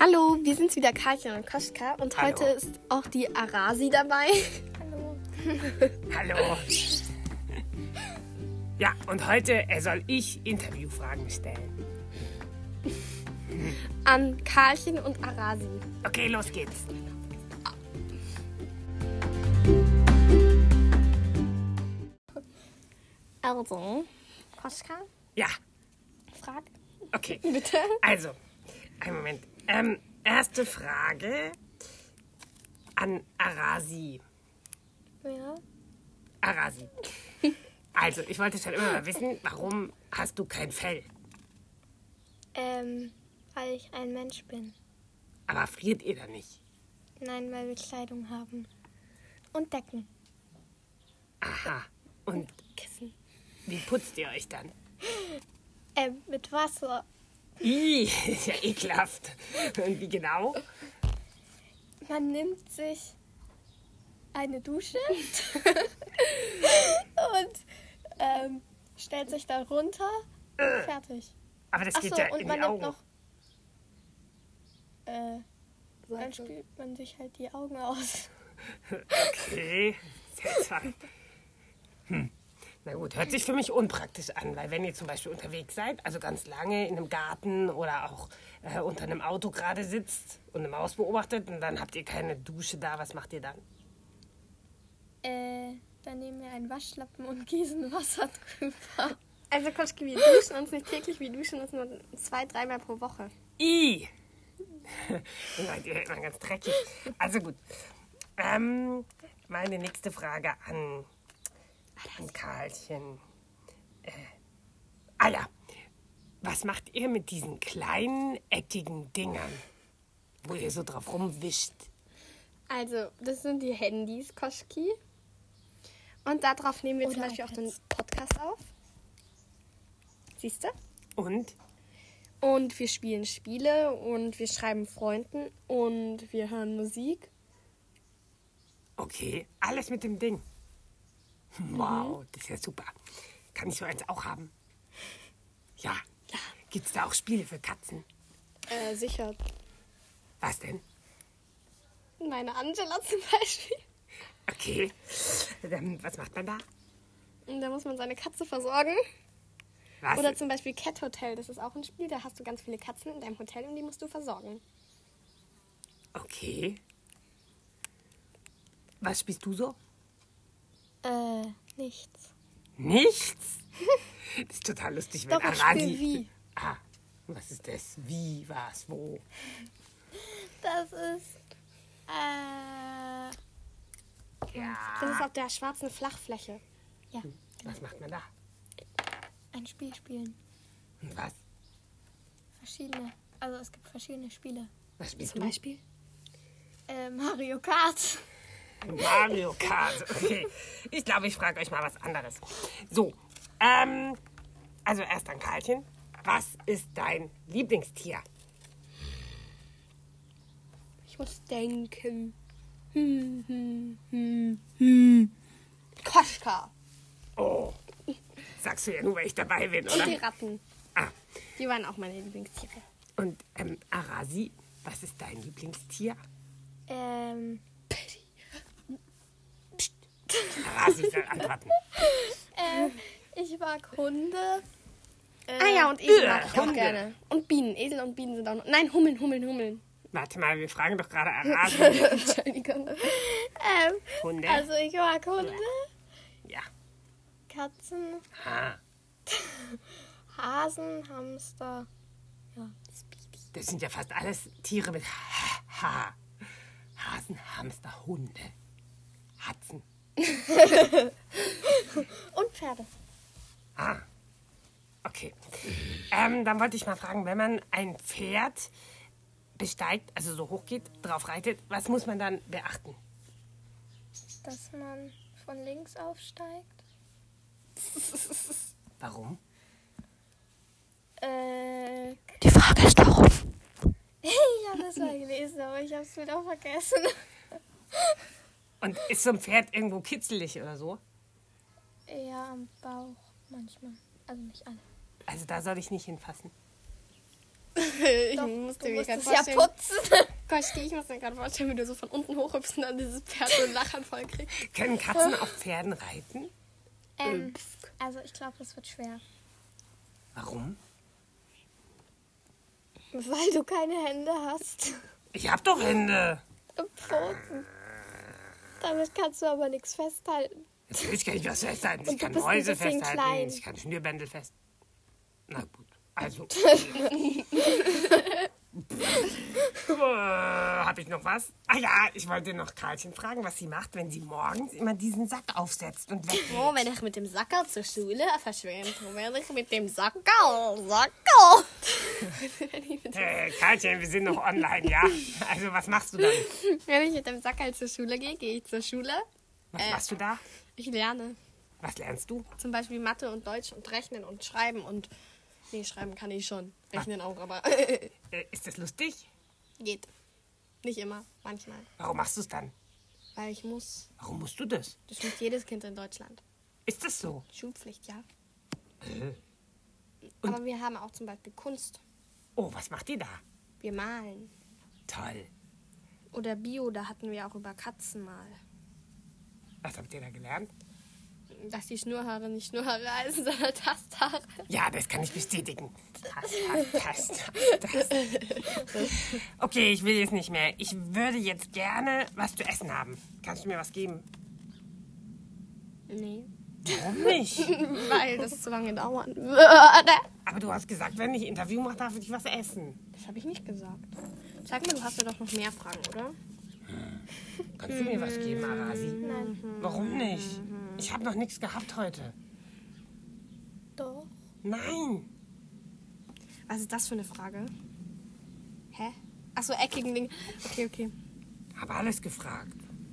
Hallo, wir sind's wieder Karlchen und Koschka und Hallo. heute ist auch die Arasi dabei. Hallo. Ja, und heute äh, soll ich Interviewfragen stellen. An Karlchen und Arasi. Okay, los geht's. Also, Koschka, Ja, frag okay. bitte. Also, einen Moment. Ähm, erste Frage an Arasi. Ja. Arasi. Also, ich wollte schon immer mal wissen, warum hast du kein Fell? Ähm, weil ich ein Mensch bin. Aber friert ihr da nicht? Nein, weil wir Kleidung haben. Und Decken. Aha. Und Kissen. wie putzt ihr euch dann? Ähm, mit Wasser. Ih, ist ja ekelhaft. Und wie genau? Man nimmt sich eine Dusche und ähm, stellt sich da runter. Fertig. Aber das geht Achso, ja und in man die nimmt Augen. noch. Äh, dann spült man sich halt die Augen aus. Okay, seltsam. Hm. Na gut, hört sich für mich unpraktisch an, weil wenn ihr zum Beispiel unterwegs seid, also ganz lange in einem Garten oder auch äh, unter einem Auto gerade sitzt und eine Maus beobachtet und dann habt ihr keine Dusche da, was macht ihr dann? Äh, dann nehmen wir einen Waschlappen und gießen Wasser drüber. Also Koschka, wir duschen uns nicht täglich, wir duschen uns nur zwei, dreimal pro Woche. I! Ihr seid ihr immer ganz dreckig. Also gut. Ähm, meine nächste Frage an, an Karlchen. Äh, Alla, was macht ihr mit diesen kleinen, eckigen Dingern, wo ihr so drauf rumwischt? Also, das sind die Handys, Koschki. Und darauf nehmen wir zum Oder Beispiel auch den iPads. Podcast auf. Siehst du? Und? Und wir spielen Spiele und wir schreiben Freunden und wir hören Musik. Okay, alles mit dem Ding. Wow, das ist ja super. Kann ich so eins auch haben? Ja. ja. Gibt es da auch Spiele für Katzen? Äh, sicher. Was denn? Meine Angela zum Beispiel. Okay. Dann, was macht man da? Und da muss man seine Katze versorgen. Was? Oder zum Beispiel Cat Hotel, das ist auch ein Spiel, da hast du ganz viele Katzen in deinem Hotel und die musst du versorgen. okay. Was spielst du so? Äh, nichts. Nichts. Das ist total lustig, wenn Doch, ich Arasi... spiel wie. Ah, was ist das? Wie, was, wo? Das ist. Äh. Das ist Ja. auf der schwarzen Flachfläche. Ja, Was macht man da? ein Spiel spielen. Und was? Verschiedene. Also es gibt verschiedene Spiele. Was spielst Zum du? Beispiel? Äh, Mario Kart. Mario Kart. Okay. Ich glaube, ich frage euch mal was anderes. So, ähm, also erst an Karlchen. Was ist dein Lieblingstier? Ich muss denken. Hm, hm, hm, hm. Koschka. Oh, sagst du ja nur, weil ich dabei bin, Und die oder? Ratten. Ah, Die waren auch meine Lieblingstiere. und ähm, Arasi, was ist dein Lieblingstier? Ähm, Arasi soll antworten. äh, ich mag Hunde. Äh, Ah ja, und Esel äh, mag ich auch Hunde. gerne. Und Bienen. Esel und Bienen sind auch noch. Nein, Hummeln, Hummeln, Hummeln. Warte mal, wir fragen doch gerade Arasi. Entschuldigung. Ähm, Hunde? also ich mag Hunde, Ja. Katzen, Ah, Hasen, Hamster. das sind ja fast alles Tiere mit Ha. ha. Hasen, Hamster, Hunde. Hatzen. Und Pferde. Ah, okay. Ähm, dann wollte ich mal fragen, wenn man ein Pferd besteigt, also so hoch geht, drauf reitet, was muss man dann beachten? Dass man von links aufsteigt. Warum? Äh, Die Frage ist warum. ich habe das mal gelesen, aber ich habe es wieder vergessen. Und ist so ein Pferd irgendwo kitzelig oder so? Ja, am Bauch manchmal. Also nicht alle. Also da soll ich nicht hinfassen. Ich Doch, musste du mir musst gerade es ja vorstellen. putzen. Kosti, ich muss mir gerade vorstellen, wie du so von unten hochhüpfst und dann dieses Pferd so einen Lachanfall kriegst. Können Katzen auf Pferden reiten? Ähm, also ich glaube, das wird schwer. Warum? Weil du keine Hände hast. Ich hab doch Hände. Pfoten. Damit kannst du aber nichts festhalten. Natürlich kann ich was festhalten. Und Ich du kann bist ein Mäuse bisschen festhalten. klein. Ich kann Schnürbändel fest. Na gut. Also. Äh, Hab ich noch was? Ah ja, ich wollte noch Karlchen fragen, was sie macht, wenn sie morgens immer diesen Sack aufsetzt und weg. Oh, wenn ich mit dem Sackerl zur Schule verschwinde, wenn ich mit dem Sackerl, Sackerl. wenn, ich mit, Äh, Karlchen, wir sind noch online, ja? Also, was machst du dann? wenn ich mit dem Sackerl zur Schule gehe, gehe ich zur Schule. Was Äh. machst du da? Ich lerne Was lernst du? zum Beispiel Mathe und Deutsch und Rechnen und Schreiben und... Nee, Schreiben kann ich schon. Rechnen auch, aber Äh, ist das lustig? geht. Nicht immer, manchmal. Warum machst du es dann? Weil ich muss, Warum musst du das? das muss jedes Kind in Deutschland. Ist das so? Schulpflicht, ja. Aber wir haben auch zum Beispiel Kunst. Oh, was macht ihr da? Wir malen. Toll. Oder Bio, da hatten wir auch über Katzen mal. Was habt ihr da gelernt? Dass die Schnurhaare nicht Schnurhaare heißen, sondern Tasthaare. Ja, das kann ich bestätigen. Das, das, das, das. Okay, ich will jetzt nicht mehr. Ich würde jetzt gerne was zu essen haben. Kannst du mir was geben? Nee. Warum nicht? Weil das zu lange dauern würde. Aber du hast gesagt, wenn ich ein Interview mache, darf ich was essen. Das habe ich nicht gesagt. Sag mal, du hast ja doch noch mehr Fragen, oder? Kannst du mir was geben, Arasi? Nein. Warum nicht? Ich habe noch nichts gehabt heute. Doch. Nein. Was ist das für eine Frage? Hä? Ach so, eckigen Ding. Okay, okay. Habe alles gefragt.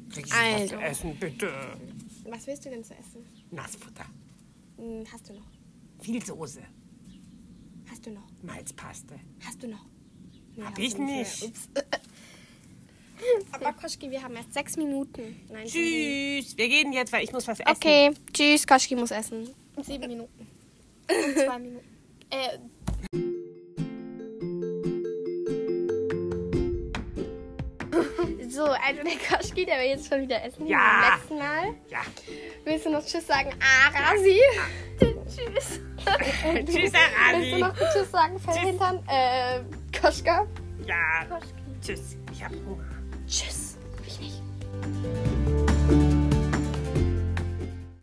Krieg ich was Also. zu essen, bitte? Was willst du denn zu essen? Nassfutter. Hm, Hast du noch? Viel Soße. Hast du noch? Malzpaste. Hast du noch? Nee, Hab hast ich du mehr. nicht. Ups. Aber Koschki, wir haben erst sechs Minuten. Nein, sieben. Tschüss. Wir gehen jetzt, weil ich muss was essen. Okay, tschüss. Koschki muss essen. Sieben Minuten. Und zwei Minuten. Äh, So, also der Koschki, der will jetzt schon wieder essen. wie Ja. Beim letzten Mal. Ja. Willst du noch Tschüss sagen? Arasi? tschüss. Tschüss, Willst du Arasi. noch Tschüss sagen? Fell hintern? Äh, Koschka? Ja. Tschüss. Ich hab Hunger.